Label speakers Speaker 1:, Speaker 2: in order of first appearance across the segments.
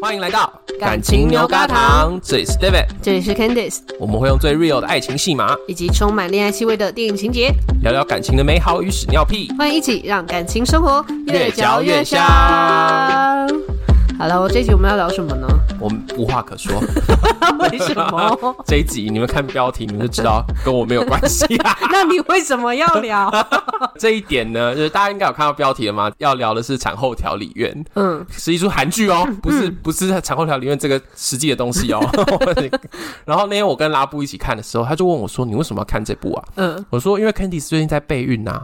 Speaker 1: 欢迎来到
Speaker 2: 感情牛轧糖，
Speaker 1: 这里是 David，
Speaker 2: 这里是 Candice，
Speaker 1: 我们会用最 real 的爱情戏码，
Speaker 2: 以及充满恋爱气味的电影情节，
Speaker 1: 聊聊感情的美好与屎尿屁。
Speaker 2: 欢迎一起让感情生活
Speaker 1: 越嚼越香。
Speaker 2: 好了，这一集我们要聊什么呢？
Speaker 1: 我们无话可说，
Speaker 2: 为什么？
Speaker 1: 这一集你们看标题你们就知道 跟我没有关系啦。
Speaker 2: 那你为什么要聊？
Speaker 1: 这一点呢，就是大家应该有看到标题了吗？要聊的是产后调理院，
Speaker 2: 嗯，
Speaker 1: 是一出韩剧哦，不是不是产后调理院这个实际的东 西哦。然后那天我跟拉布一起看的时候，他就问我说：“你为什么要看这部啊？”
Speaker 2: 嗯，
Speaker 1: 我说：“因为 Candice 最近在备孕呐、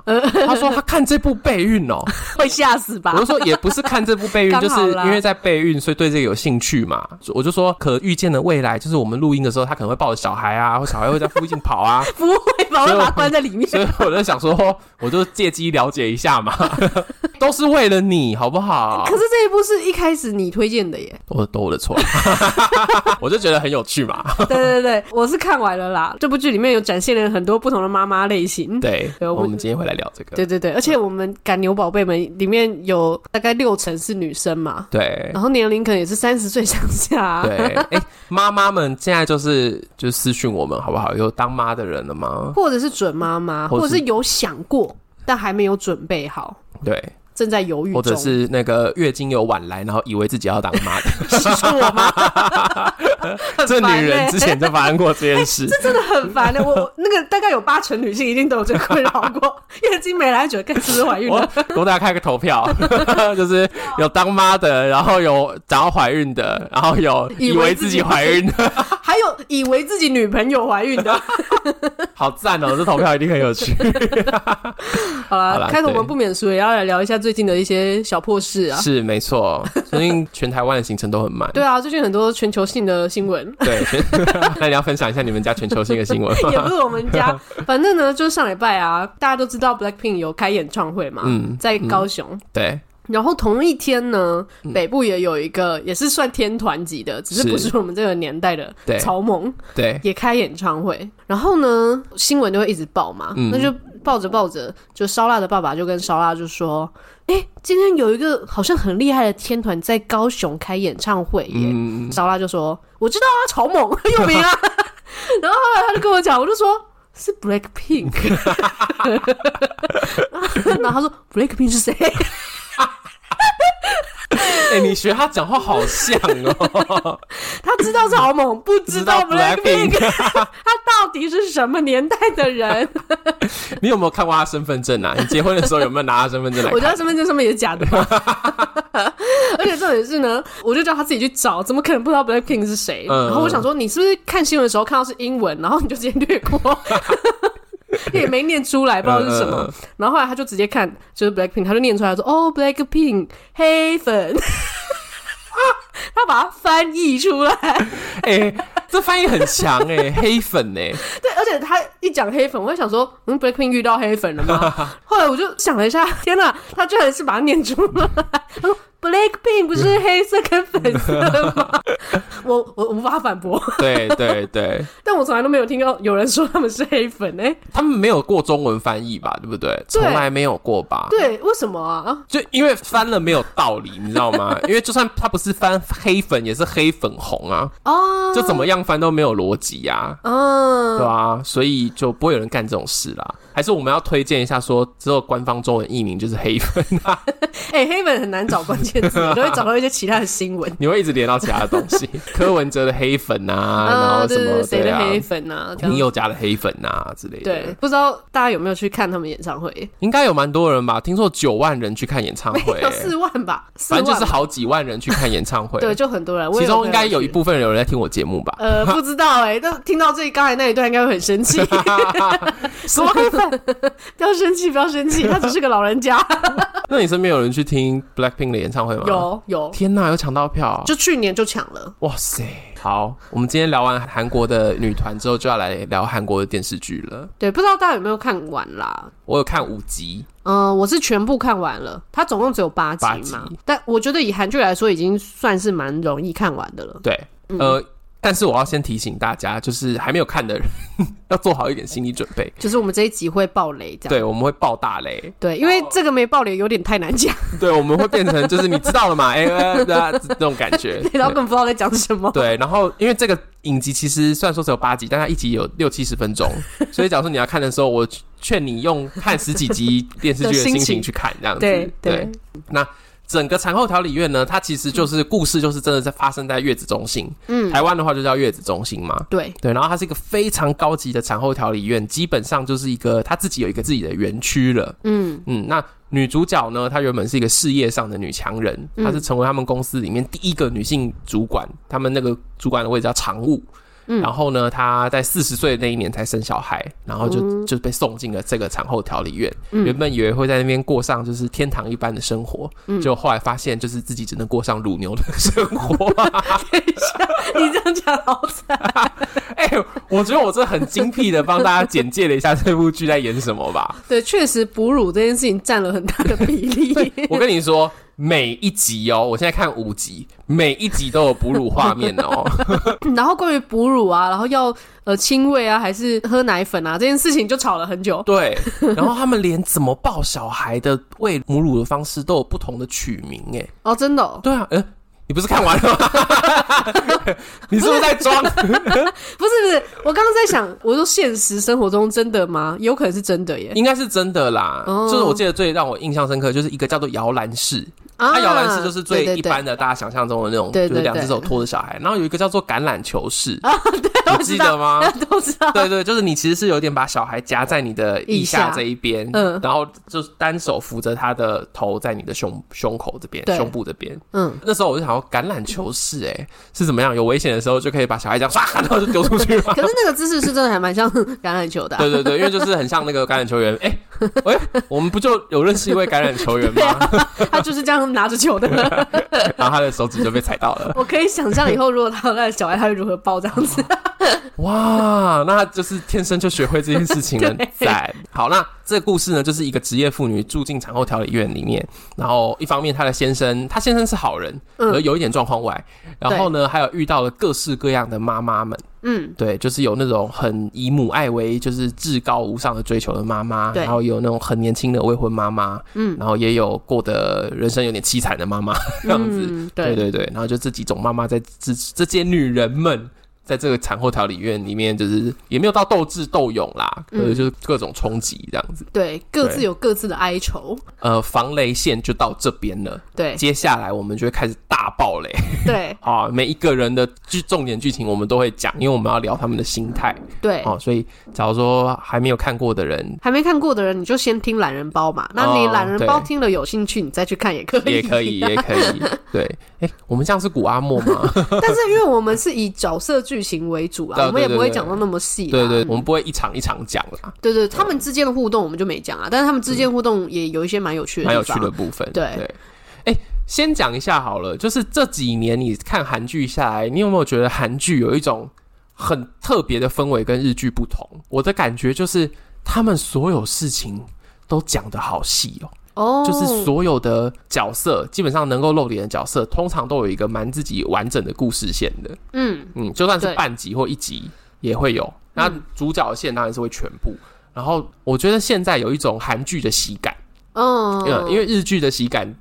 Speaker 1: 他说：“他看这部备孕哦。”
Speaker 2: 会吓死吧
Speaker 1: 我？就说也不是看这部备孕，
Speaker 2: 刚
Speaker 1: 就是
Speaker 2: 好啦
Speaker 1: 因为在备孕，所以对这个有兴趣嘛。我就说可预见的未来，就是我们录音的时候，他可能会抱着小孩啊，或小孩会在附近跑 啊。
Speaker 2: 不会吧？我
Speaker 1: 所以我
Speaker 2: 会把 它关在里面。
Speaker 1: 所以我就想说，我就借机了解一下嘛， 都是为了你好不好
Speaker 2: 可？是这一部是一开始你推荐的 耶，
Speaker 1: 我都我的错， 我就觉得很有趣嘛。
Speaker 2: 对对对，我是看完了啦。这部剧里面有展现了很多不同的妈妈类型，
Speaker 1: 对，
Speaker 2: 对
Speaker 1: 我
Speaker 2: 我
Speaker 1: 们今天会来聊这个。
Speaker 2: 对对对，而且我们赶牛宝贝们里面有大概六成是女生嘛，
Speaker 1: 对
Speaker 2: 然后年龄可能也是三十岁上下、啊。
Speaker 1: 对， 哎，妈妈们现在就是就私讯我们好不好？有当妈的人了吗？
Speaker 2: 或者是准妈妈，
Speaker 1: 或
Speaker 2: 或
Speaker 1: 是
Speaker 2: 者是有想过但还没有准备好，
Speaker 1: 对，
Speaker 2: 正在犹豫
Speaker 1: 或
Speaker 2: 中。
Speaker 1: 者是那个月经有晚来，然后以为自己要当妈的。
Speaker 2: 是说我 妈很
Speaker 1: 这
Speaker 2: 烦欸
Speaker 1: 女人之前就发生过这件 事，
Speaker 2: 真的很烦欸的、我我那个大概有八成女性一定都有这个困扰过，月经没来觉得该是不是怀孕
Speaker 1: 我
Speaker 2: 了？
Speaker 1: 我大家开个投 票，就是有当妈的，然后有想要怀孕的，然后有以
Speaker 2: 以
Speaker 1: 为
Speaker 2: 为
Speaker 1: 自
Speaker 2: 自
Speaker 1: 己
Speaker 2: 己
Speaker 1: 怀
Speaker 2: 怀
Speaker 1: 孕的，
Speaker 2: 还有以为自己女朋友怀孕的。
Speaker 1: 好赞哦！这投票一定很有 趣。
Speaker 2: 好
Speaker 1: 好
Speaker 2: 啦，
Speaker 1: 啦
Speaker 2: 开头我们
Speaker 1: 对
Speaker 2: 不免俗，也要来聊一下最近的一些小破事啊。
Speaker 1: 是没错，最近全台湾的行程都很满。
Speaker 2: 对啊，最近很多全球性的新闻。
Speaker 1: 对，全 那你要分享一下你们家全球性的新闻
Speaker 2: 也
Speaker 1: 吗
Speaker 2: 不？是我 们家，反正呢，就是上礼拜啊，大家都知道 Blackpink 有开演唱会嘛，
Speaker 1: 嗯
Speaker 2: 在高雄。
Speaker 1: 对，
Speaker 2: 然后同一天呢，北部也有一个，也是算天团级的，只是
Speaker 1: 是
Speaker 2: 不是我们这个年代的
Speaker 1: 对
Speaker 2: 曹萌
Speaker 1: 对，
Speaker 2: 也开演唱会。然后呢，新闻就会一直报嘛，
Speaker 1: 嗯
Speaker 2: 那就报着报着，就烧腊的爸爸就跟烧腊就说：“哎、今天有一个好像很厉害的天团在高雄开演唱会耶。
Speaker 1: 嗯，
Speaker 2: 烧腊就说：“我知道啊，曹 猛很有名啊。” 然后后来他就跟我讲，我就说。是 Black Pink，然后他说 Black Pink 是谁？
Speaker 1: 哎，你学他讲话好像哦，
Speaker 2: 他知道草蜢，不知道 Blackpink，
Speaker 1: Blackpink
Speaker 2: 他到底是什么年代 的人？
Speaker 1: 你有没有看过他身份证啊？你结婚的时候有没有拿他身份证来
Speaker 2: 我
Speaker 1: 看？
Speaker 2: 觉得他身份证上面也是假 的吧。而且重点是呢，我就叫他自己去找，怎么可能不知道 Blackpink 是谁？
Speaker 1: 嗯
Speaker 2: 然后我想说，你是不是看新闻的时候看到是英文，然后你就直接略过？ 也没念出来，不知道是什么。
Speaker 1: 嗯嗯嗯
Speaker 2: 然后后来他就直接看，就是 Blackpink，他就念出来说：“哦，Blackpink 黑粉。” 他把它翻译出来，
Speaker 1: 哎、这翻译很强哎、 黑粉哎、
Speaker 2: 对，而且他一讲黑粉，我就想说，嗯，Blackpink 遇到黑粉了 吗？后来我就想了一下，天哪，他居然是把它念出来。他说 Blackpink 不是黑色跟粉色吗？ 我我无法反驳，
Speaker 1: 对对对，
Speaker 2: 但我从来都没有听到有人说他们是黑粉哎、
Speaker 1: 他们没有过中文翻译吧？对不对？从
Speaker 2: 对
Speaker 1: 来没有过吧？
Speaker 2: 对，为什么啊？
Speaker 1: 就因为翻了没有道理，你知道吗？ 因为就算他不是翻黑粉，也是黑粉红啊，
Speaker 2: 哦，
Speaker 1: 就怎么样翻都没有逻辑呀、
Speaker 2: 嗯，
Speaker 1: 对啊，所以就不会有人干这种事啦。还是我们要推荐一下说之后官方中文译名就是黑粉 啊，
Speaker 2: 哎、黑粉很难找关键 字，我都会找到一些其他的新闻。
Speaker 1: 你会一直连到其他的东 西，柯文哲的黑粉啊，然
Speaker 2: 啊，
Speaker 1: 后
Speaker 2: 对
Speaker 1: 什
Speaker 2: 对
Speaker 1: 么
Speaker 2: 对，谁
Speaker 1: 对
Speaker 2: 的
Speaker 1: 啊，
Speaker 2: 黑粉啊？这样
Speaker 1: 林宥嘉的黑粉啊之类的。
Speaker 2: 对，不知道大家有没有去看他们演唱会？
Speaker 1: 应该有蛮多人吧？听说九万人去看演唱
Speaker 2: 没
Speaker 1: 会、
Speaker 2: 有四万吧，四
Speaker 1: 反
Speaker 2: 万
Speaker 1: 正就是好几万人去看演唱会。
Speaker 2: 对，，就很多人。我
Speaker 1: 其
Speaker 2: 有
Speaker 1: 中
Speaker 2: 朋
Speaker 1: 应
Speaker 2: 友
Speaker 1: 该有
Speaker 2: 去
Speaker 1: 一部分人有人在听我节目吧？
Speaker 2: 呃，不知道哎、但听到这刚才那一段应该会很生气。什么黑粉？不要生气，不要生气，他只是个老人 家。
Speaker 1: 那你身边有人去听 Blackpink 的演唱会吗？。
Speaker 2: 有有，
Speaker 1: 天呐，有抢到票啊！
Speaker 2: 就去年就抢了。
Speaker 1: 哇塞！好，我们今天聊完韩国的女团之后，就要来聊韩国的电视剧了。
Speaker 2: 对，不知道大家有没有看完啦？
Speaker 1: 我有看五集，
Speaker 2: 嗯、我是全部看完了，它总共只有八集
Speaker 1: 八
Speaker 2: 嘛
Speaker 1: 集。
Speaker 2: 但我觉得以韩剧来说，已经算是蛮容易看完的了。
Speaker 1: 对，呃，但是我要先提醒大家，就是还没有看的人 要做好一点心理准备。
Speaker 2: 就是我们这一集会爆雷这样。
Speaker 1: 对，我们会爆大雷，
Speaker 2: 对，因为
Speaker 1: 哦
Speaker 2: 这个没爆雷有点太难讲，
Speaker 1: 对，我们会变成就是你知道了嘛，哎、呃呃这种感 觉。
Speaker 2: 然后根本不知道在讲什 么。
Speaker 1: 对，然后因为这个影集其实虽然说只有八集，但它一集有六七十分 钟，所以假如说你要看的时候，我劝你用看十几集电视剧的心情去看，这样子。
Speaker 2: 对
Speaker 1: 对
Speaker 2: 对，嗯
Speaker 1: 整个产后调理院呢，它其实就是故事，就是真的在发生在月子中心。嗯，台湾的话就叫月子中心嘛。
Speaker 2: 对，
Speaker 1: 对，然后它是一个非常高级的产后调理院，基本上就是一个它自己有一个自己的园区了。
Speaker 2: 嗯
Speaker 1: 嗯，那女主角呢，她原本是一个事业上的女强人，她
Speaker 2: 嗯
Speaker 1: 是成为他们公司里面第一个女性主管，他们那个主管的位置叫常务。
Speaker 2: 嗯
Speaker 1: 然后呢，她在四十岁的那一年才生小孩，然后就、
Speaker 2: 嗯
Speaker 1: 就被送进了这个产后调理院。原本以为会在那边过上就是天堂一般的生活，
Speaker 2: 嗯
Speaker 1: 结果后来发现就是自己只能过上乳牛的生活。
Speaker 2: 你这样讲好惨。
Speaker 1: 哎、我觉得我这很精辟的帮大家简介了一下这部剧在演什么吧。
Speaker 2: 对，确实哺乳这件事情占了很大的比例。
Speaker 1: 我跟你说，每一集哦，我现在看五集，每一集都有哺乳画面哦。
Speaker 2: 然后关于哺乳啊，然后要呃亲喂啊，还是喝奶粉啊，这件事情就吵了很久。
Speaker 1: 对，然后他们连怎么抱小孩的喂母乳的方式都有不同的取名，哎，
Speaker 2: 哦，真的、哦，
Speaker 1: 对啊，呃，你不是看完了吗？ 你是不是在装？
Speaker 2: 不是不是，我刚刚在想， 我说现实生活中真的吗？有可能是真的耶。
Speaker 1: 应该是真的啦。
Speaker 2: 哦
Speaker 1: 就是我记得最让我印象深刻，就是一个叫做摇篮式，
Speaker 2: 啊
Speaker 1: 它摇篮式就是最一般
Speaker 2: 的，
Speaker 1: 的大家想象中的那种，
Speaker 2: 对对
Speaker 1: 就是两只
Speaker 2: 对
Speaker 1: 手托着小孩。然后有一个叫做橄榄球 式，
Speaker 2: 对对对
Speaker 1: 你
Speaker 2: 我
Speaker 1: 记
Speaker 2: 知
Speaker 1: 得
Speaker 2: 道，
Speaker 1: 吗？
Speaker 2: 都知道。
Speaker 1: 对对，就是你其实是有点把小孩夹在你的腋下这一边，
Speaker 2: 嗯
Speaker 1: 然后就是单手扶着他的头在你的胸胸口这边、
Speaker 2: 对
Speaker 1: 胸部这边。
Speaker 2: 嗯，
Speaker 1: 那时候我就想要橄榄球式、欸，是怎么样？有危险的时候就可以把小孩这样唰， 然后就丢出去 吗？
Speaker 2: 可是那个姿势是真的还蛮像橄榄球的啊、
Speaker 1: 对对对，因为就是很像那个橄榄球员，哎、喂、我们不就有认识一位橄榄球 员吗？
Speaker 2: 啊他就是这样拿着球的。
Speaker 1: 然后他的手指就被踩到了，
Speaker 2: 我可以想象以后如果他有那个小孩，他会如何抱这 样子。
Speaker 1: 哇，那他就是天生就学会这件事情 了，赞。好，那这个故事呢，就是一个职业妇女住进产后调理院里面，然后一方面她的先生，她先生是好人，
Speaker 2: 嗯
Speaker 1: 而有一点状况外，然后呢，还有遇到了各式各样的妈妈们，
Speaker 2: 嗯，
Speaker 1: 对，就是有那种很以母爱为就是至高无上的追求的妈妈，
Speaker 2: 对
Speaker 1: 然后也有那种很年轻的未婚妈妈，嗯，然后也有过得人生有点凄惨的妈妈这样子，
Speaker 2: 嗯
Speaker 1: 对
Speaker 2: 对
Speaker 1: 对对，然后就这几种妈妈在这这些女人们在这个产后调理院里面，就是也没有到斗智斗勇啦，可
Speaker 2: 嗯
Speaker 1: 是就是各种冲击这样子。
Speaker 2: 对，各自
Speaker 1: 对
Speaker 2: 有各自的哀愁。
Speaker 1: 呃，防雷线就到这边了，
Speaker 2: 对
Speaker 1: 接下来我们就会开始大爆雷
Speaker 2: 对
Speaker 1: 啊！每一个人的剧重点剧情我们都会讲，因为我们要聊他们的心态
Speaker 2: 对，
Speaker 1: 哦、所以假如说还没有看过的 人。
Speaker 2: 还没看过的人，你就先听懒人包嘛。那你
Speaker 1: 哦
Speaker 2: 懒人包
Speaker 1: 对
Speaker 2: 听了有兴趣，你再去看也可以。
Speaker 1: 也可以，也可以，对，哎、我们这样是古阿莫吗？
Speaker 2: 但 是因啊为我们是以角色剧情为主
Speaker 1: 对
Speaker 2: 啦，
Speaker 1: 对
Speaker 2: 我们也不会
Speaker 1: 对对
Speaker 2: 讲到那么细啦。
Speaker 1: 对对，
Speaker 2: 嗯
Speaker 1: 我们不会一场一场讲啦，
Speaker 2: 对对，他们之间的互动我们就没讲啊，但是他们之间互动也有一些蛮有趣的，
Speaker 1: 蛮有趣的。部分。
Speaker 2: 对
Speaker 1: 对，哎、先讲一下好了，就是这几年你看韩剧下来，你有没有觉得韩剧有一种很特别的氛围跟日剧不同？我的感觉就是他们所有事情。都讲得好细哦、
Speaker 2: 哦，
Speaker 1: 就是所有的角色，基本上能够露脸的角色，通常都有一个蛮自己完整的故事线的。
Speaker 2: 嗯，
Speaker 1: 嗯，就算是
Speaker 2: 对嗯
Speaker 1: 半集或一集也会有。那主角线当然是会全部。然后我觉得现在有一种韩剧的喜感，
Speaker 2: 嗯，
Speaker 1: 嗯，因为日剧的喜感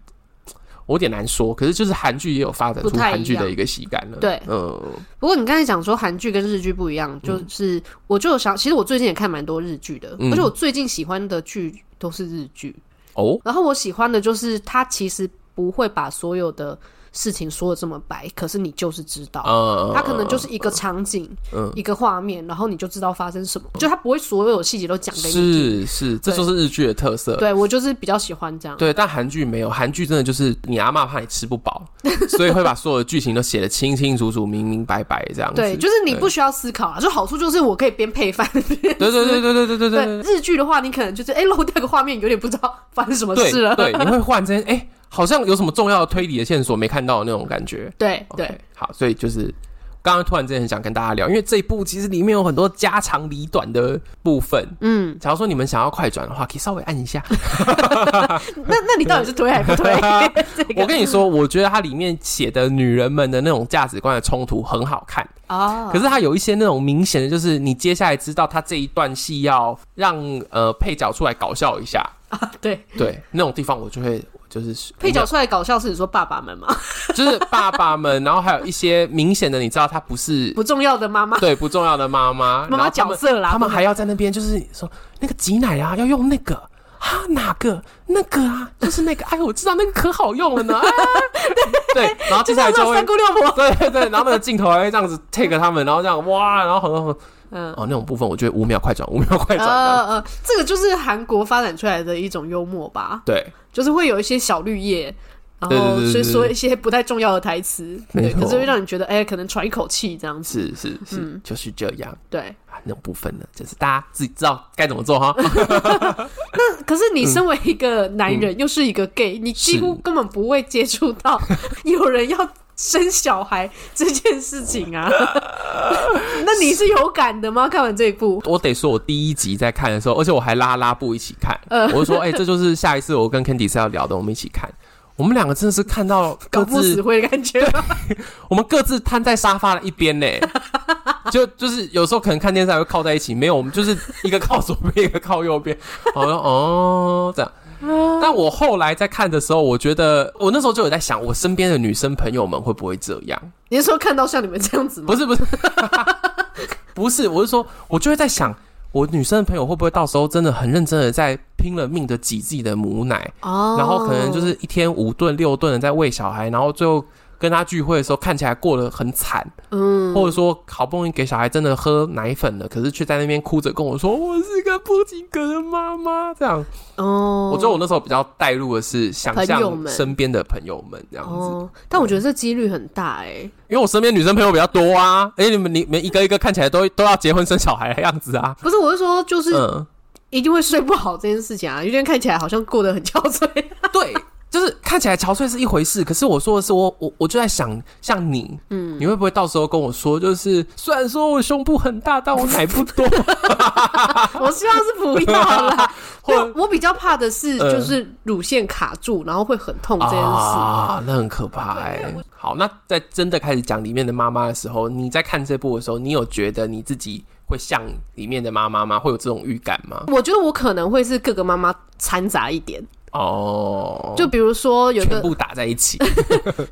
Speaker 1: 我有点难说，可是就是韩剧也有发展出
Speaker 2: 不太一样
Speaker 1: 韩剧的一个喜感了。
Speaker 2: 对
Speaker 1: 嗯，
Speaker 2: 不过你刚才讲说韩剧跟日剧不一样，就是我就有想，其实我最近也看蛮多日剧的，
Speaker 1: 嗯
Speaker 2: 而且我最近喜欢的剧都是日剧。
Speaker 1: 哦，
Speaker 2: 然后我喜欢的就是它其实不会把所有的事情说的这么白，可是你就是知道。
Speaker 1: 嗯，
Speaker 2: 它可能就是一个场景，
Speaker 1: 嗯
Speaker 2: 一个画面，然后你就知道发生什么，就它不会所有细节都讲给你听。
Speaker 1: 是是，这就是日剧的特色。
Speaker 2: 对我就是比较喜欢这样。
Speaker 1: 对，但韩剧没有，韩剧真的就是你阿嬷怕你吃不饱，所以会把所有的剧情都写的清清楚楚、明明白白这样子。
Speaker 2: 对，就是你
Speaker 1: 对
Speaker 2: 不需要思考啊，就好处就是我可以边 配饭。
Speaker 1: 对对对对对对对对
Speaker 2: 对，日剧的话，你可能就是哎漏掉个画面，有点不知道发生什么
Speaker 1: 对
Speaker 2: 事了。
Speaker 1: 对，你会忽然之间哎，好像有什么重要的推理的线索没看到的那种感觉。
Speaker 2: 对
Speaker 1: OK，
Speaker 2: 对
Speaker 1: 好，所以就是刚刚突然之间很想跟大家聊，因为这一部其实里面有很多家长里短的部分。
Speaker 2: 嗯，
Speaker 1: 假如说你们想要快转的话，可以稍微按一下。
Speaker 2: 那那你到底是推还 不推？ 这
Speaker 1: 啊
Speaker 2: 个
Speaker 1: 我跟你说，我觉得它里面写的女人们的那种价值观的冲突很好看，
Speaker 2: 哦，
Speaker 1: 可是它有一些那种明显的，就是你接下来知道他这一段戏要让呃配角出来搞笑一下，
Speaker 2: 啊，对，
Speaker 1: 对那种地方我就会就是
Speaker 2: 配角出来搞笑是你说爸爸们吗？
Speaker 1: 就是爸爸们，然后还有一些明显的，你知道他不是
Speaker 2: 不重要的妈妈，
Speaker 1: 对不重要的妈妈，
Speaker 2: 妈
Speaker 1: 然
Speaker 2: 妈
Speaker 1: 后他
Speaker 2: 角
Speaker 1: 们
Speaker 2: 色啦，
Speaker 1: 他们
Speaker 2: 不
Speaker 1: 还要在那边就是说那个挤奶啊，要用那个啊，哪个那个啊，就是那个，哎，我知道那个可好用了呢，啊、 对，然后接
Speaker 2: 就
Speaker 1: 下来
Speaker 2: 像
Speaker 1: 就
Speaker 2: 那
Speaker 1: 会
Speaker 2: 三。姑六婆，
Speaker 1: 对对对，然后那个镜头还哎会这样子 take 他们，然后这样哇，然后很很
Speaker 2: 嗯。
Speaker 1: 哦那种部分，我觉得五秒快转，五秒快转啊这样。
Speaker 2: 呃呃，这个就是韩国发展出来的一种幽默吧，
Speaker 1: 对，
Speaker 2: 就是会有一些小绿叶，然
Speaker 1: 对对
Speaker 2: 后
Speaker 1: 对对
Speaker 2: 所以
Speaker 1: 对
Speaker 2: 说一些不太重要的台词，
Speaker 1: 没
Speaker 2: 对，
Speaker 1: 错
Speaker 2: 可是会让你觉得哎、可能喘一口气这样子，
Speaker 1: 是是是，就是这样
Speaker 2: 对。
Speaker 1: 啊，那种部分呢，就是大家自己知道该怎么做哈。
Speaker 2: 可是你身为一个男人，又是一个 gay，你几乎
Speaker 1: 嗯是
Speaker 2: 根本不会接触 到有人要生小孩这件事 情啊。那你是有感的吗？看完这一部，
Speaker 1: 我得说，我第一集在看的时候，而且我还拉拉布一起看，
Speaker 2: 呃
Speaker 1: 我就说，哎、这就是下一次我跟 Candy 是要聊的，我们一起看。我们两个真的是看到各
Speaker 2: 搞不死
Speaker 1: 自，
Speaker 2: 灰的感觉吗，
Speaker 1: 我们各自瘫在沙发的一边 呢。就就是有时候可能看电视还会靠在一起，没有，我们就是一个靠左边，一个靠右边。我说哦，这样。
Speaker 2: 嗯
Speaker 1: 但我后来在看的时候，我觉得我那时候就有在想，我身边的女生朋友们会不会这样？
Speaker 2: 你是说看到像你们这样子吗？
Speaker 1: 不是不是，不是，我是说，我就会在想，我女生的朋友会不会到时候真的很认真的在拼了命的挤自己的母奶，
Speaker 2: 哦
Speaker 1: 然后可能就是一天五顿六顿的在喂小孩，然后最后跟他聚会的时候看起来过得很惨，
Speaker 2: 嗯，
Speaker 1: 或者说好不容易给小孩真的喝奶粉了，可是却在那边哭着跟我说我是个不及格的妈妈这样。
Speaker 2: 哦，
Speaker 1: 我觉得我那时候比较带入的是想
Speaker 2: 朋友
Speaker 1: 象
Speaker 2: 们
Speaker 1: 身边的朋友们这样子，
Speaker 2: 哦，但我觉得这几率很大哎、
Speaker 1: 因为我身边女生朋友比较多啊，而且你们你们一个一个看起来都都要结婚生小孩的样子啊。
Speaker 2: 不是，我是说，就是
Speaker 1: 嗯，
Speaker 2: 一定会睡不好这件事情啊，有些人看起来好像过得很憔 悴，
Speaker 1: 对，就是看起来憔悴是一回事，可是我说的是我我我就在想，像你，嗯，你会不会到时候跟我说，就是虽然说我胸部很大，但我奶不 多，
Speaker 2: 我希望是不要啦。
Speaker 1: 或
Speaker 2: 我我比较怕的是，
Speaker 1: 嗯
Speaker 2: 就是乳腺卡住，然后会很痛这件事。
Speaker 1: 啊，那很可怕哎、好，那在真的开始讲里面的妈妈的时候，你在看这部的时候，你有觉得你自己会像里面的妈妈吗？会有这种预感吗？
Speaker 2: 我觉得我可能会是各个妈妈掺杂一点，
Speaker 1: 哦，
Speaker 2: 就比如说有一
Speaker 1: 全
Speaker 2: 个
Speaker 1: 部打在一起，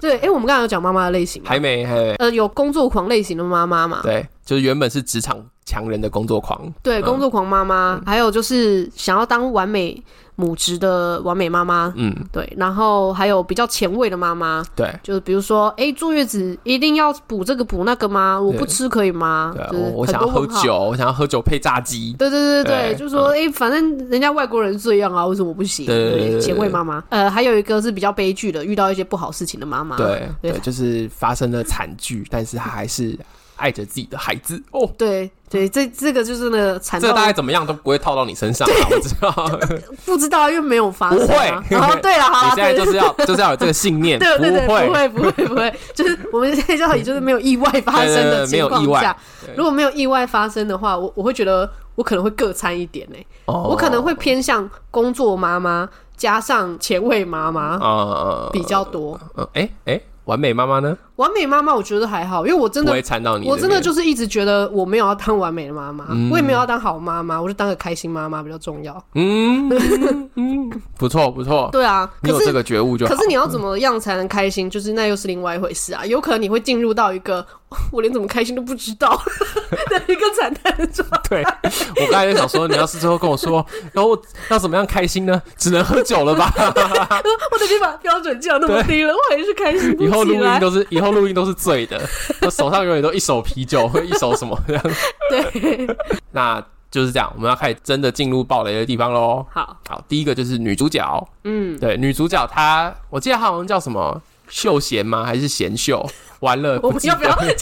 Speaker 2: 对，哎、我们刚刚有讲妈妈的类型嘛，
Speaker 1: 还没还没，
Speaker 2: 呃，有工作狂类型的妈妈嘛，
Speaker 1: 对，就是原本是职场强人的工作狂，
Speaker 2: 对，
Speaker 1: 嗯
Speaker 2: 工作狂妈妈，还有就是想要当完美母职的完美妈妈，
Speaker 1: 嗯，
Speaker 2: 对，然后还有比较前卫的妈妈，
Speaker 1: 对。
Speaker 2: 就是比如说，哎、坐月子一定要补这个补那个吗？我不
Speaker 1: 对
Speaker 2: 吃可以吗？
Speaker 1: 对，啊
Speaker 2: 就是
Speaker 1: 我我
Speaker 2: 很
Speaker 1: 想要
Speaker 2: 多
Speaker 1: 喝
Speaker 2: 问号。
Speaker 1: 酒，我想要喝酒配炸鸡。
Speaker 2: 对对对对，
Speaker 1: 对嗯
Speaker 2: 就说哎、诶反正人家外国人这样啊，为什么我不行？
Speaker 1: 对对对对对
Speaker 2: 前卫妈妈。呃，还有一个是比较悲剧的，遇到一些不好事情的妈妈。
Speaker 1: 对
Speaker 2: 啊对
Speaker 1: 对，就是发生了惨剧，但是他还是爱着自己的孩子哦。
Speaker 2: 对对，这这个就是那个惨
Speaker 1: 这个大
Speaker 2: 到
Speaker 1: 概怎么样都不会套到你身上啊，我知 道。
Speaker 2: 不知道，因为没有发生、啊。
Speaker 1: 不会
Speaker 2: 然后对了，好
Speaker 1: 你现
Speaker 2: 啦，
Speaker 1: 在
Speaker 2: 啊对
Speaker 1: 就是要就是要有这个信念，
Speaker 2: 对对对，
Speaker 1: 不会。
Speaker 2: 不会不会 不会，就是我们现在到底就是没有意外发生的
Speaker 1: 对对对没
Speaker 2: 情
Speaker 1: 有
Speaker 2: 况
Speaker 1: 意外
Speaker 2: 下
Speaker 1: 对，
Speaker 2: 如果没有意外发生的话，我我会觉得我可能会各掺一点呢、我
Speaker 1: 我
Speaker 2: 可能会偏向工作妈妈加上前卫妈妈
Speaker 1: 呃
Speaker 2: 比较多。
Speaker 1: 呃哎哎，完美妈妈呢？
Speaker 2: 完美妈妈我觉得还好，因为我真
Speaker 1: 不会
Speaker 2: 的
Speaker 1: 缠到你这边。
Speaker 2: 我真的就是一直觉得我没有要当完美的妈妈，我也没有要当好妈妈，我就当个开心妈妈比较重要。
Speaker 1: 嗯嗯嗯，不错不错，
Speaker 2: 对啊，
Speaker 1: 你有
Speaker 2: 可
Speaker 1: 这
Speaker 2: 是。
Speaker 1: 个觉悟就好
Speaker 2: 可。是你要怎么样才能开心？就是那又是另外一回事啊。有可能你会进入到一个 我连怎么开心都不知 道的一个惨淡的状态。
Speaker 1: 对， 我刚才就想说，你要是最后跟我说，然后我要怎么样开心呢？只能喝酒了吧？
Speaker 2: 我的天，把标准降那么低了，我还是开心不啊
Speaker 1: 以后录
Speaker 2: 起
Speaker 1: 音
Speaker 2: 来。
Speaker 1: 都是以后录音都是醉的，我手上永远都一手啤酒或一手什么这样。
Speaker 2: 对，
Speaker 1: 那就是这样，我们要开始真的进入暴雷的地方喽。
Speaker 2: 好，
Speaker 1: 好，第一个就是女主角，
Speaker 2: 嗯，
Speaker 1: 对，女主角她，我记得她好像叫什么秀贤吗？还是贤秀？完了，
Speaker 2: 我 们
Speaker 1: 记
Speaker 2: 要不要
Speaker 1: 得